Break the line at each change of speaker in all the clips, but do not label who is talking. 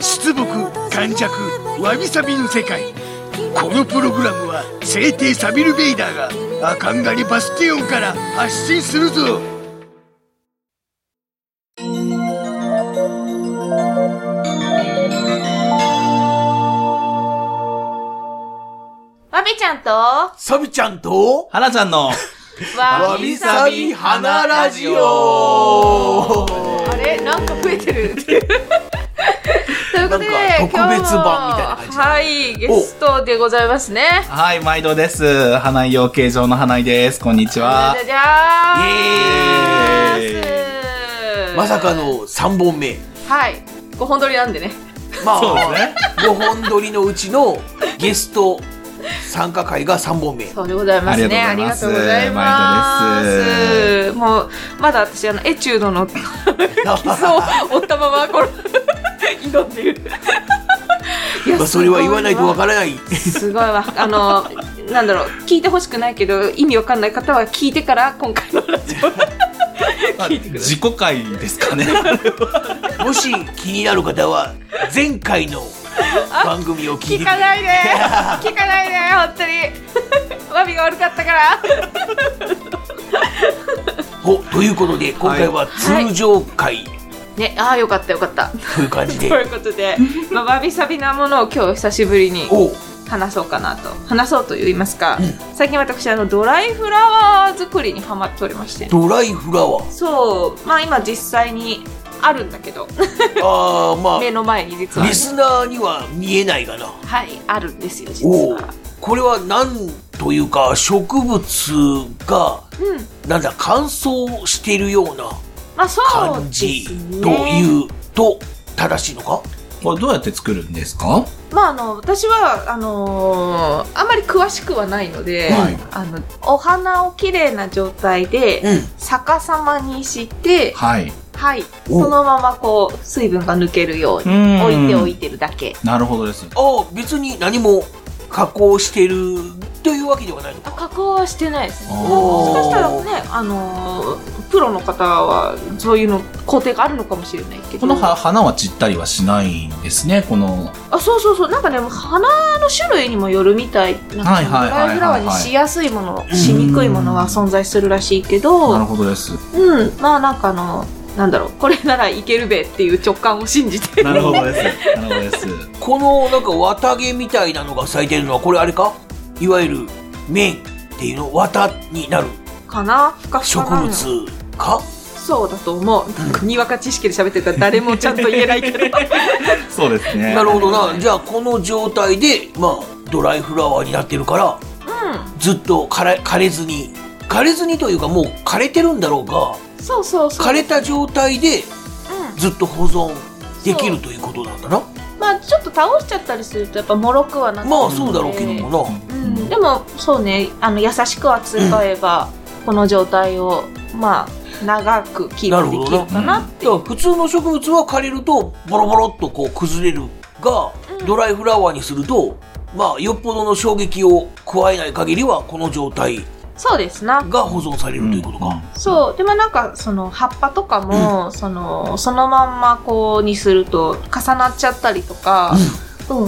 出木軟弱わびさびの世界このプログラムは聖帝サビル・ベイダーがアカンガリバスティオンから発信するぞ
わびちゃんと、わ
サビちゃんと、
花ちゃんの
びさび花ラジオ
あれなんか増えてる。ということで、
なんか特別版みたいな感
今日
じだね
もはい、ゲストでございますね。
はい、毎度です。花井養鶏場の花井です。こんにちは
じゃ。じゃ
イエ
ーん
まさか。の3本目。
はい。5本撮りなんでね。
まあ、
そうですね
5本撮りのうちのゲスト参加会が3本目。
そうでございますね。
あ
あ
り
り
が
が
と
と
う
う
ご
ご
ざ
ざ
い
い
ま
ますす。もう、まだ私、あの、エチュードの椅子を折ったまま、この、 挑んでる。いや
まあ、それは言わないとわ
すごわ
からない。
すごいわ。あの、なんだろう、聞いてほしくないけど、意味わかんない方は聞いてから、今回のラジ
自己会ですかね。
もし気になる方は、前回の番組を
オ。
聞いて
聞
み
か
て
ないで聞かないで本当にわびが悪かったから
ほということで、今回は通常会
ね、ああよかったよかった
という感じ
と
で。
いうことで、まあ、わびさびなものを今日久しぶりに
お
話そうかなと話そうと言いますか、最近私あのドライフラワー作りにハマっておりまして
ドライフラワー。
そうまあ今実際にあるんだけど
ああ、 ま
目の前に実
あ、
は
リスナーには見えないがな。
はいあるんですよ実
おお
は
これはなんというか植物が
うん
なんだ乾燥しているような
まあそう
感
で
じ
す
と
ね。
いうと正しいのか
これどうやって作るんですか。
まああの私はあのーあんまり詳しくはないので、
はい
あのお花を綺麗な状態で
うん
逆さまにして、
はい。
はい、
お
そのままこう水分が抜けるように
ん
置いておいてるだけ。
なるほどです。
ああ別に何も加工してるというわけではないの
あ加
か
工はしてないですね。
お
も
ー
しかしたらね、あのープロの方はそういうの工程があるのかもしれないけど。
このは花は散ったりはしないんですね。この。
あそうそうそうなんかね花の種類にもよるみたいなん
はいは
か
いは
ド
いはいはい
ライフラワーにしやすいものしにくいものは存在するらしいけど
なる
う
ほどです。
んまあなんかあのなんだろうこれならいけるべっていう直感を信じ て
なるほどです。なるほどです。
このなんか綿毛みたいなのが咲いてるのはこれあれかいわゆる綿っていうの綿になる
かなふかふ
植
かなの
物か
そうだと思うなんかにわか知識で喋ってるから誰もちゃんと言えないけど
そうですね。
なるほどなじゃあこの状態でまあドライフラワーになってるから
う
ずっと枯れ枯れずに枯れずにというかもう枯れてるんだろうが
んそうそうそう
枯れた状態で
う
ずっと保存
ん
できる
そ
ということなんだな
うまあちょっと倒しちゃったりするとやっぱもろくはな
まあそうだろうけどもな
うん、でもそうねあの優しく扱えば、この状態をまあ長くキープできるかなって
だから普通の植物は枯れるとボロボロっとこう崩れるが
うん
ドライフラワーにするとまあよっぽどの衝撃を加えない限りはこの状態
そうですな
が保存されるということか、
そうでもなんかその葉っぱとかも、そのそのまんまこうにすると重なっちゃったりとか、う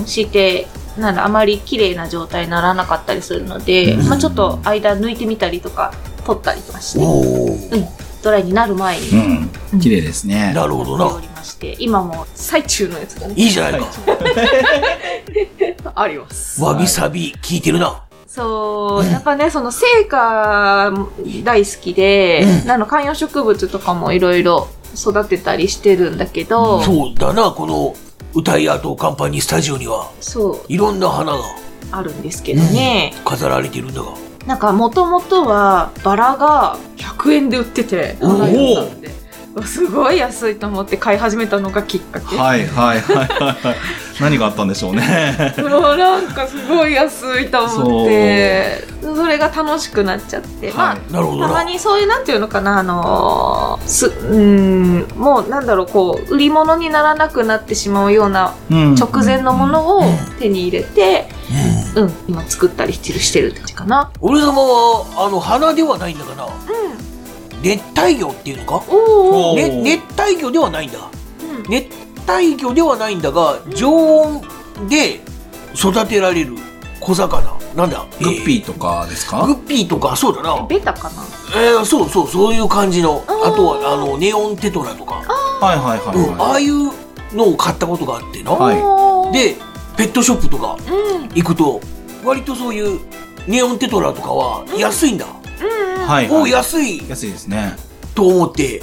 んしてなんだあまり綺麗な状態にならなかったりするので、
うん
まあ、ちょっと間抜いてみたりとか取ったりとかして
おお
ドライになる前に
う
取
ん。うん。綺麗ですね。
なるほど
ってお
な
りまして今も最中のやつがね
いいじゃないか、
あります
わびさび効いてるな
そう、やっぱね、その成果大好きで、あの観葉植物とかもいろいろ育てたりしてるんだけど、
そうだなこの歌いアートカンパニースタジオには
そう、
いろんな花が
あるんですけどね、
飾られているんだが
なんかもともとはバラが100円で売ってて、
おー
バラ屋さんですごい安いと思って買い始めたのがきっかけ、
はいはいはいはい。何があったんでしょう ね。
もうなんかすごい安いと思ってそれが楽しくなっちゃって、まあ
はい
なるほど
たま
な。
にそういうなんていうのかなあのーすうーんもうなんだろうこう売り物にならなくなってしまうような
うん
直前のものを手に入れて、
うん
うん、今作ったりしてるしてるって感じかな。
俺様は、あの、花ではないんだがな。
うん、
熱帯魚っていうのか
おーおー、
おー
ね、熱帯魚ではないんだ。
うん
熱帯魚ではないんだが、常温で育てられる小魚。なんだ
グッピ
ー。
ーとかです
グ
か
ッピーとか、そうだな。
ベタかな。
えー、そうそう、そういう感じの。あ
あー
とは、あの、ネオンテトラとか。
はいはいはい
うん、ああ
はい。
いうのを買ったことがあってな。
はい
おー、
で、ペットショップとか
うん、うん、
行くと、割とそういうネオンテトラとかは安いんだ。
は
お
い。
安い
安いですね。
と思って、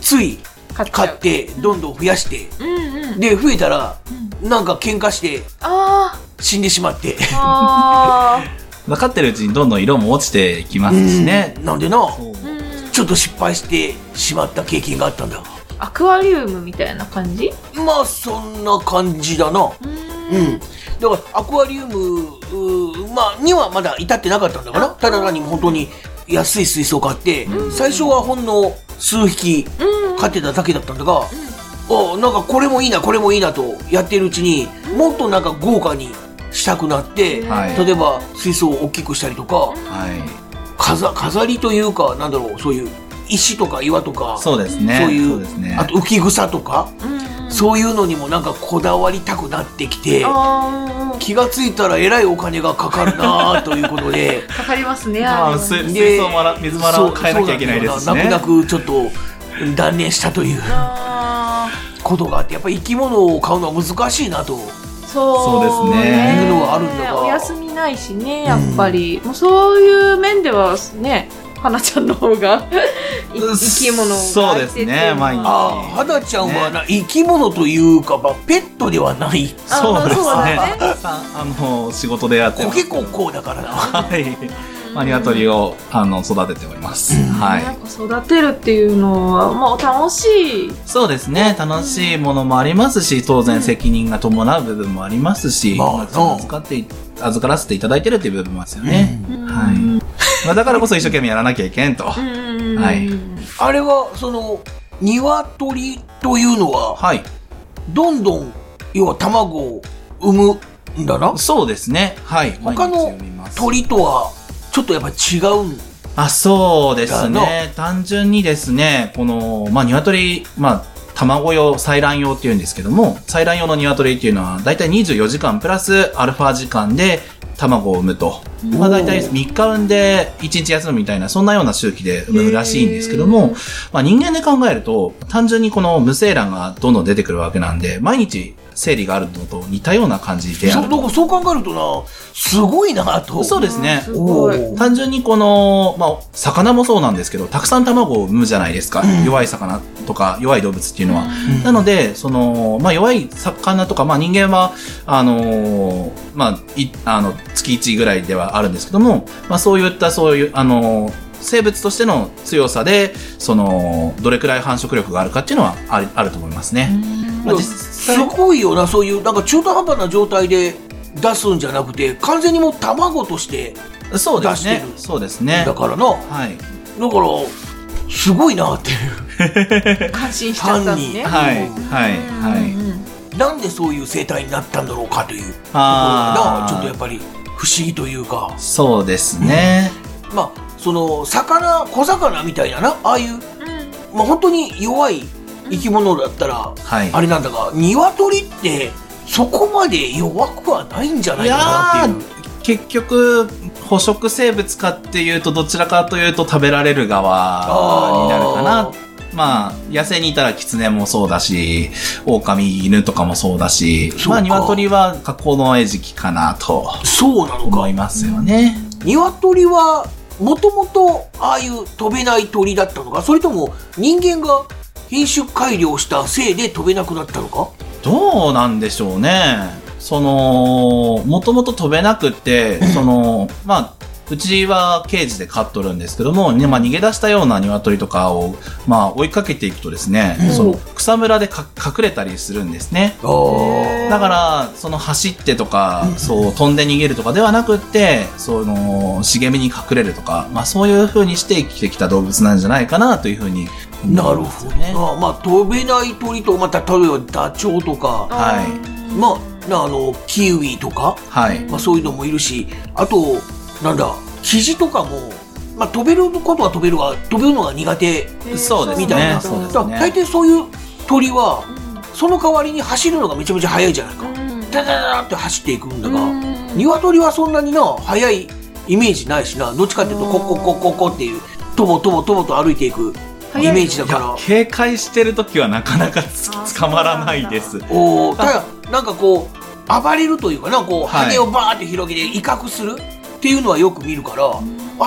つい
買っちゃ
買
う
っ。て、どんどん増やして、
うん、うん、
で、増えたら、
うん
なんか喧嘩して
あ
死んでしまって。
ー、あ
分かってるうちにどんどん色も落ちてきますしね。
うんなんでな、
そう
ー、うん、
ちょっと失敗してしまった経験があったんだ。
アクアリウムみたいな感じ。
まあ、そんな感じだな。
う、
うんん。だから、アクアリウム、うーまあ、にはまだ至ってなかったんだかな。ただ何も本当に安い水槽を買って、最初はほんの数匹
うん、
飼ってただけだったんだが、あなんかこれもいいな、これもいいなとやってるうちに、もっとなんか豪華にしたくなって、
はい
例えば水槽を大きくしたりとか、
はい。
飾飾りというか、なんだろう、そういう石とか岩とか、
そうですね。
そういう
そうですね。
あと浮き草とか、
うん、う
そういうのにもなんかこだわりたくなってきて
ん。、あー
気がついたらえらいお金がかかるなあということで、
かかりますね。
まあ、
あれは
水
ね
水槽もら 水まらを変えなきゃいけないですしね。
そうなんだよな泣く泣くちょっと断念したという
あ
ことがあって、やっぱり生き物を買うのは難しいなと。
ーそう
そうですね
いうのはあるんだが
お休みないしねやっぱり、もうそういう面ではね花ちゃんの方がい生き物を
そうですね
相手っていうのは
毎日
ああ、花ちゃんはな、生き物というか、まあ、ペットではない。
あ
そうですね
そうだ
さあの仕事でやって
コ
ます
ケコッコーだからな。
はい。まあ、ニワトリをあの育てております。
な
は
ん
い。
か育てるっていうのはもう楽しい
そうですね。楽しいものもありますし、当然責任が伴う部分もありますし、
まあそう
預かってい、預からせていただいてるっていう部分もありますよね。
うん
はい。まあ、だからこそ一生懸命やらなきゃいけんと。
うんうんうん
はい
あれは、その、鶏というのは、
はい。
どんどん、要は卵を産むんだな。
そうですね。はい。
他
毎日
の
読みます
鳥とは、ちょっとやっぱ違うん
あ、そうです
だ
ね。単純にですね、この、まあ、鶏、まあ、卵用、採卵用っていうんですけども、採卵用の鶏っていうのは、だいたい24時間プラスアルファ時間で卵を産むと。まあ、だいたい3日産んで1日休むみたいな、そんなような周期で産むらしいんですけども、まあ、人間で考えると、単純にこの無精卵がどんどん出てくるわけなんで、毎日生理があるのと似たような感じであ
そ
る
うだからそう考えるとな、すごいなと。
そうですね。
すごい
おー
単純にこの、まあ、魚もそうなんですけど、たくさん卵を産むじゃないですか。弱い魚とか弱い動物っていうのは。なので、その、まあ、弱い魚とか、まあ、人間は、あのーまあ、い、あの、月1ぐらいではあるんですけども、まあ、そういった、そういう、あのー生物としての強さで、その、どれくらい繁殖力があるかっていうのはあるあると思いますね。まあ、実
す
際、
ごいよな、そういう、なんか中途半端な状態で出すんじゃなくて、完全にもう卵として、
そうです
出し
ね
て。る
そうですね。
だからな、
はい。
だから、すごいなっていう。
感心しちゃったのね
はい。はい。はい。
うんうん
なんでそういう生態になったんだろうかというところが
あー
ちょっとやっぱり不思議というか
そうですね。
まあその魚小魚みたいななああい
う
う、
ん
まあ本当に弱い生き物だったら
はい。
あれなんだが鶏ってそこまで弱くはないんじゃないかなっていう
結局、捕食生物かっていうと、どちらかというと食べられる側になるか
あ
な
ー。
まあ、野生にいたらキツネもそうだし、狼犬とかもそうだし、
そうか
まあ、鶏は加工の餌食かなと
そうなの
思
か
いますよね。
鶏はもともとああいう飛べない鳥だったのかそれとも人間が品種改良したせいで飛べなくなったのか
どうなんでし ょうね。その、もともと飛べなくって、その、まあ、うちはケージで飼っとるんですけども、ねまあ、逃げ出したような鶏とかを、まあ、追いかけていくとですね、
うん
その草むらでか隠れたりするんですね。
あ
だから、その走ってとか、そう、飛んで逃げるとかではなくって、その、茂みに隠れるとか、まあそういう風にして生きてきた動物なんじゃないかなという風に
あなる
思うんです
ほ
よ
ど
ね。
ねまあ飛べない鳥とまた例えばダチョウとか
はい
まあなあのキウイとか、
はい。
まあ、そういうのもいるしあとなんだキジとかも、まあ、飛べることは飛べるが飛べるのが苦手
そうです
みたい
ね
な。
そうで
だ
す
から大
ね。
抵そういう鳥はその代わりに走るのがめちゃめちゃ速いじゃないかダダダダって走っていくんだが、鶏はそんなにな速いイメージないしなどっちかっていうとコッコッコッコッコッっていうとぼとぼとぼと歩いていくイメージだ
いや
か、
警戒してる時はなかなかつ
あ
捕まらないです。
らおーただなんかこう暴れるというかなこう
はい
羽をバーって広げて威嚇するっていうのはよく見るから、あ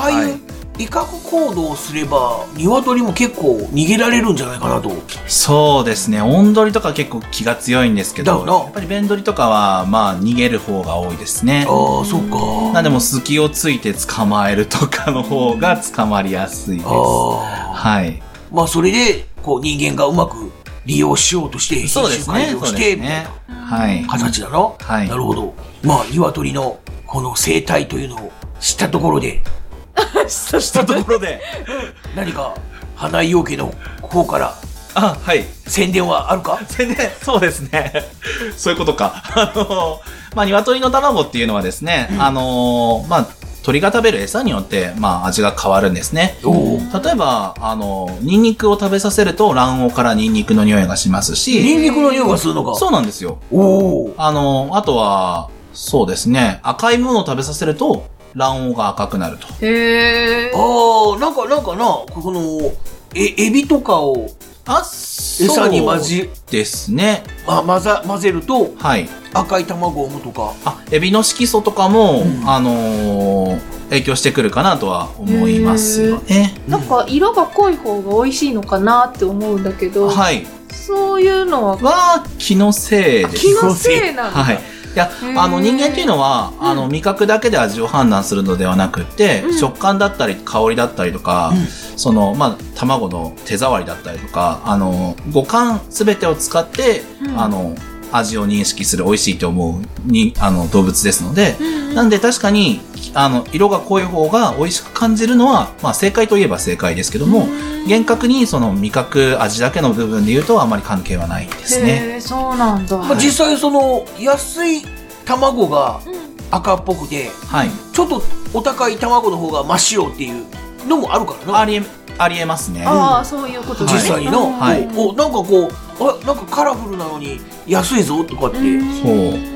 あい
は
う威嚇行動をすれば鶏も結構逃げられるんじゃないかなと。
そうですね。オンドリとか結構気が強いんですけ
だよ
ど、
な
やっぱりベンドリとかは、まあ逃げる方が多いですね。
ああそうか。
なんでも隙をついて捕まえるとかの方が捕まりやすいです。
ああ
はい。
まあそれでこう人間がうまく利用しようとして品
そうで
種
すね
改良
そう
し
で
て
す
みたい
ね
な。
はい。
形だな、
はい
なるほどまあ鶏のこの生態というのを知ったところで
そしたところで。
何か花井陽家の方から
あ、はい。
宣伝はあるか
全然、 そうですね。そういうことか。あの、まあ、鶏の卵っていうのはですね、あの、まあ、鳥が食べる餌によって、まあ、味が変わるんですね。
おお
例えば、あの、ニンニクを食べさせると卵黄からニンニクの匂いがします
ニ
し、
ンニクの匂いがするのか
そうなんですよ。
おお
あの、あとは、そうですね、赤いものを食べさせると卵黄が赤くなると。
へえ。
あーなんかなんかなこのえエビとかを
あ、そう
餌に混じ
ですね。
あ混ざ混ぜると
はい。
赤い卵を産むとか
あ、エビの色素とかも、
うん
あのー影響してくるかなとは思いますよね。
なんか色が濃い方が美味しいのかなって思うんだけど、
はい。
そういうのは
は、気のせいです。
気のせいなんだ。
はい。いや
へ、ー
あの人間っていうのは、あの味覚だけで味を判断するのではなくって、
うん
食感だったり香りだったりとか、そのまあ卵の手触りだったりとか、あの五感すべてを使って、
うん
あの味を認識する美味しいと思うにあの動物ですので、
うん
なんで確かにあの色が濃い方が美味しく感じるのは、まあ、正解といえば正解ですけども、厳格にその味覚味だけの部分で言うとあまり関係はないですね。
へえ、そうなんだ。
まあ、実際その安い卵が
うん
赤っぽくて
はい、
ちょっとお高い卵の方が真っ白っていうのもあるからな
ありえありえますね。
ああ、そういうことね
実際にの、
はい
おおなんかこうあなんかカラフルなのに安いぞとかって
そう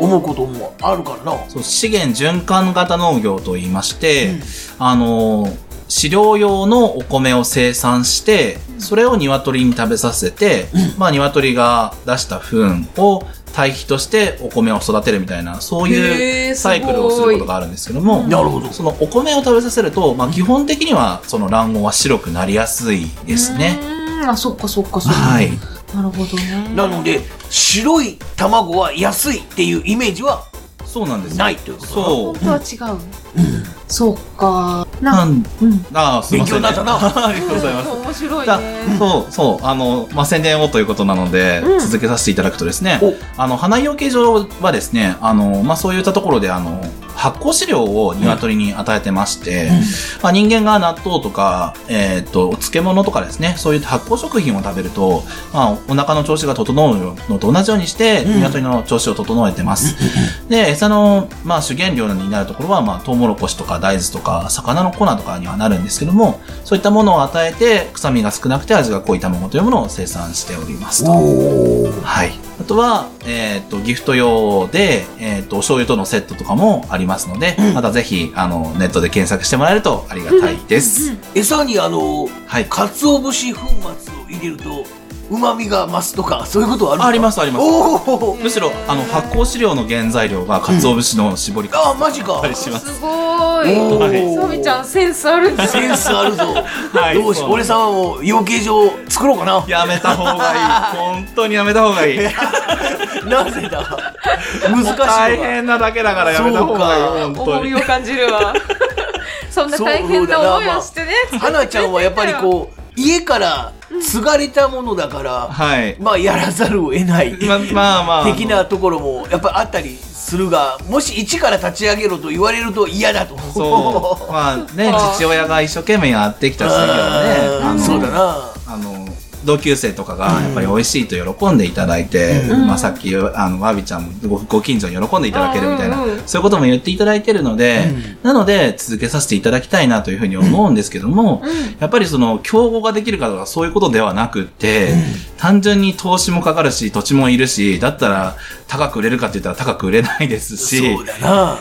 思うこともあるからな、
そう資源循環型農業といいまして、
うん
あの飼料用のお米を生産してそれを鶏に食べさせて、まあ鶏が出した糞を堆肥としてお米を育てるみたいなそう
へ
い
ー
う
すご
サイ
い
クルをすることがあるんですけども、
なるほど
そのお米を食べさせると、まあ、基本的にはその卵黄は白くなりやすいですね。。
うんあ、そっかそっかそっか。
はい、
なるほどね。
なので白い卵は安いっていうイメージは
そうなんですよ
ないということだな
そう
本当は違う。そうか。
な
なんうん。
あーすいません、
勉強になった
な ありがとうございます。
面白い
だ
ね。
そうそうあの、まあ、宣伝をということなので、
うん
続けさせていただくとですね
お
あの花養鶏場はですねあの、まあ、そういったところであの発酵飼料を鶏に与えてまして、まあ、人間が納豆とか、えー、とお漬物とかですねそういう発酵食品を食べると、まあ、お腹の調子が整うのと同じようにして、
うん
鶏の調子を整えてます、で餌の、まあ、主原料になるところは、まあ、トウモロコシとか大豆とか魚の粉とかにはなるんですけどもそういったものを与えて臭みが少なくて味が濃い卵というものを生産しておりますと。
おー
はい。あとは、えっ、と、ギフト用で、えっ、と、お醤油とのセットとかもありますので、またぜひ、あの、ネットで検索してもらえるとありがたいです。
餌にあの
はい。
鰹節粉末を入れると旨味が増すとかそういうことはあるのか
ありますあります
おお
むしろ、あの、発酵飼料の原材料が、鰹節の絞り方。
あマジか
はいします。
すご
お
い。
ー
サミちゃんセンスあるんだ。
センスあるぞ、
はい
どうし
そう
俺さんはもう養鶏場作ろうかな
やめた方 がいい。本当にやめた方がいい。
なぜだ難しいわ
大変なだけだからやめた方がいい。
そう
本当
重
に
みを。感じるわ。そんな大変な思いをしてね
花ちゃんはやっぱりこう家から継がれたものだから、
はい。
まあやらざるを得ない
ま、まあまあ。
的なところもやっぱりあったりするがもし一から立ち上げろと言われると嫌だと
そう。まあね、父親が一生懸命やってきた作業をね、あ
あー
の
そうだな
あの、同級生とかがやっぱり美味しいと喜んでいただいて、
うん
まあさっき、あの、わびちゃんもごご近所に喜んでいただけるみたいな、
うんうんうん
そういうことも言っていただいてるので、
うん
なので続けさせていただきたいなというふうに思うんですけども、
うん
やっぱりその、競合ができるかとかそういうことではなくって、単純に投資もかかるし、土地もいるし、だったら高く売れるかって言ったら高く売れないですし
そう、だな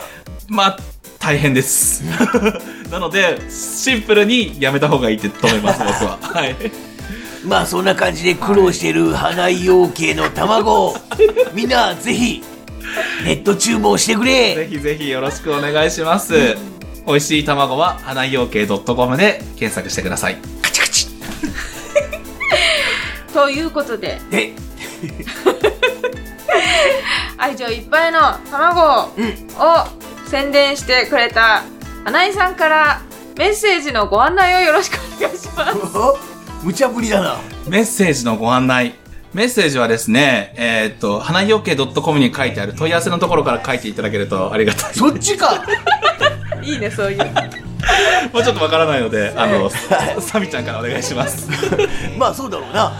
まあ、大変です。 なので、シンプルにやめた方がいいって思い ます、僕は。はい。
まあそんな感じで苦労している花井養鶏の卵をみんなぜひネット注文してく
ぜ
れ
ひぜひよろしくお願いします。美味しい卵は花養鶏 .com で検索してください。
カチカチ
ということで
で
愛情いっぱいの卵を宣伝してくれた穴井さんからメッセージのご案内をよろしくお願いします。
無茶ぶりだな
メッセージのご案内。メッセージはですね、えーっと、花養鶏 .com に書いてある問い合わせのところから書いていただけるとありがたい。
そっちか
いいねそういう。
もうちょっとわからないので、あの、サミちゃんからお願いします。
まあそうだろうな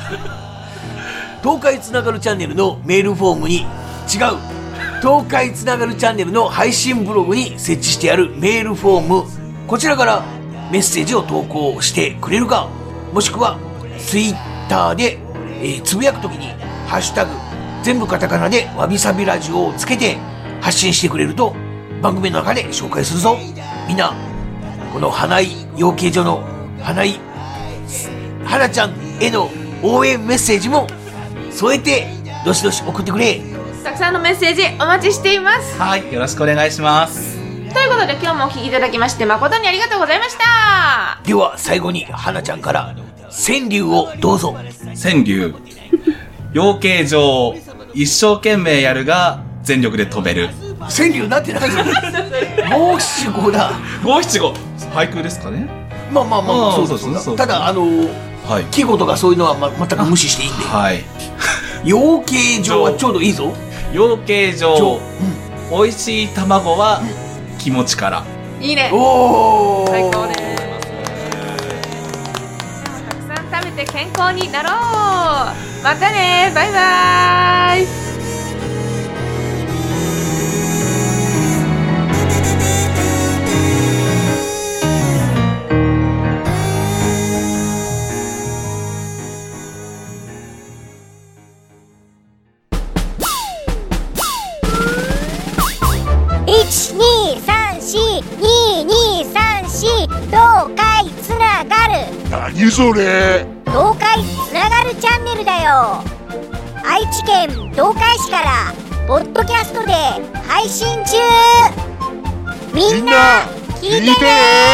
東海つながるチャンネルのメールフォームに違う東海つながるチャンネルの配信ブログに設置してあるメールフォームこちらからメッセージを投稿してくれるかもしくはツイッターで、えーつぶやくときに「ハッシュタグ全部カタカナ」で「わびさびラジオ」をつけて発信してくれると番組の中で紹介するぞみんなこの花井養鶏場の花井はなちゃんへの応援メッセージも添えてどしどし送ってくれ
たくさんのメッセージお待ちしています。
はい、よろしくお願いします。
ということで今日もお聞きいただきまして誠にありがとうございました。
では最後にはなちゃんから川柳をどうぞ
川柳。養鶏場、一生懸命やるが、全力で飛べる。
川柳なんてないじゃん五七五だ
五七五。俳句ですかね
まあまあまあまあ
あー
そうだ
そうですね
そ
そうう
だ
ですね
ただあの
はい。
季語とかそういうのは、ま、全く無視していいんで
はい。
養鶏場はちょうどいいぞ
養鶏
上
場、美味しい卵は気持ちから。
いいね。
おお
最高です。今日もたくさん食べて健康になろう。またねバイバイ。
12342234東海つながる
何それ
東海つながるチャンネルだよ愛知県東海市からポッドキャストで配信中みんな聞いてね